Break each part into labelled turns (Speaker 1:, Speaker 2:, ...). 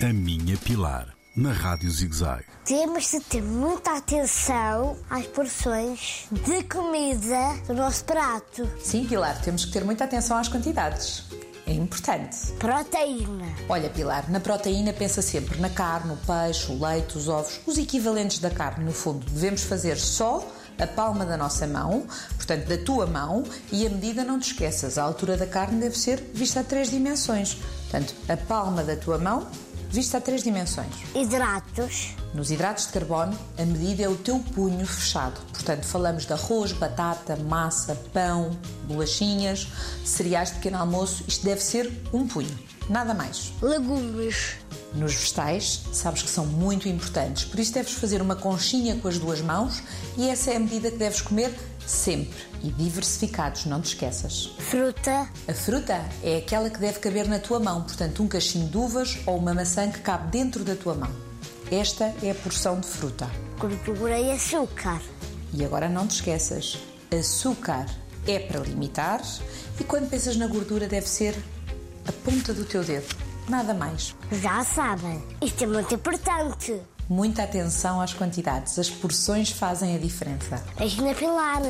Speaker 1: A Minha Pilar, na Rádio ZigZag.
Speaker 2: Temos de ter muita atenção às porções de comida do nosso prato.
Speaker 3: Sim, Pilar, temos que ter muita atenção às quantidades. É importante.
Speaker 2: Proteína.
Speaker 3: Olha, Pilar, na proteína pensa sempre na carne, o peixe, o leite, os ovos, os equivalentes da carne, no fundo. Devemos fazer só a palma da nossa mão, portanto, da tua mão, e a medida não te esqueças. A altura da carne deve ser vista a três dimensões. Portanto, a palma da tua mão vista a três dimensões.
Speaker 2: Hidratos.
Speaker 3: Nos hidratos de carbono, a medida é o teu punho fechado. Portanto, falamos de arroz, batata, massa, pão, bolachinhas, cereais de pequeno almoço. Isto deve ser um punho, nada mais.
Speaker 2: Legumes.
Speaker 3: Nos vegetais, sabes que são muito importantes, por isso deves fazer uma conchinha com as duas mãos e essa é a medida que deves comer sempre e diversificados, não te esqueças.
Speaker 2: Fruta.
Speaker 3: A fruta é aquela que deve caber na tua mão, portanto, um cachinho de uvas ou uma maçã que cabe dentro da tua mão. Esta é a porção de fruta.
Speaker 2: Gordura e açúcar.
Speaker 3: E agora não te esqueças: açúcar é para limitar e quando pensas na gordura, deve ser a ponta do teu dedo, nada mais.
Speaker 2: Já sabem, isto é muito importante.
Speaker 3: Muita atenção às quantidades, as porções fazem a diferença.
Speaker 2: Imagina Pilar.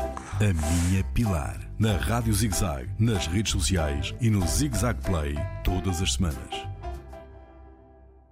Speaker 1: A Minha Pilar, na Rádio ZigZag, nas redes sociais e no ZigZag Play, todas as semanas.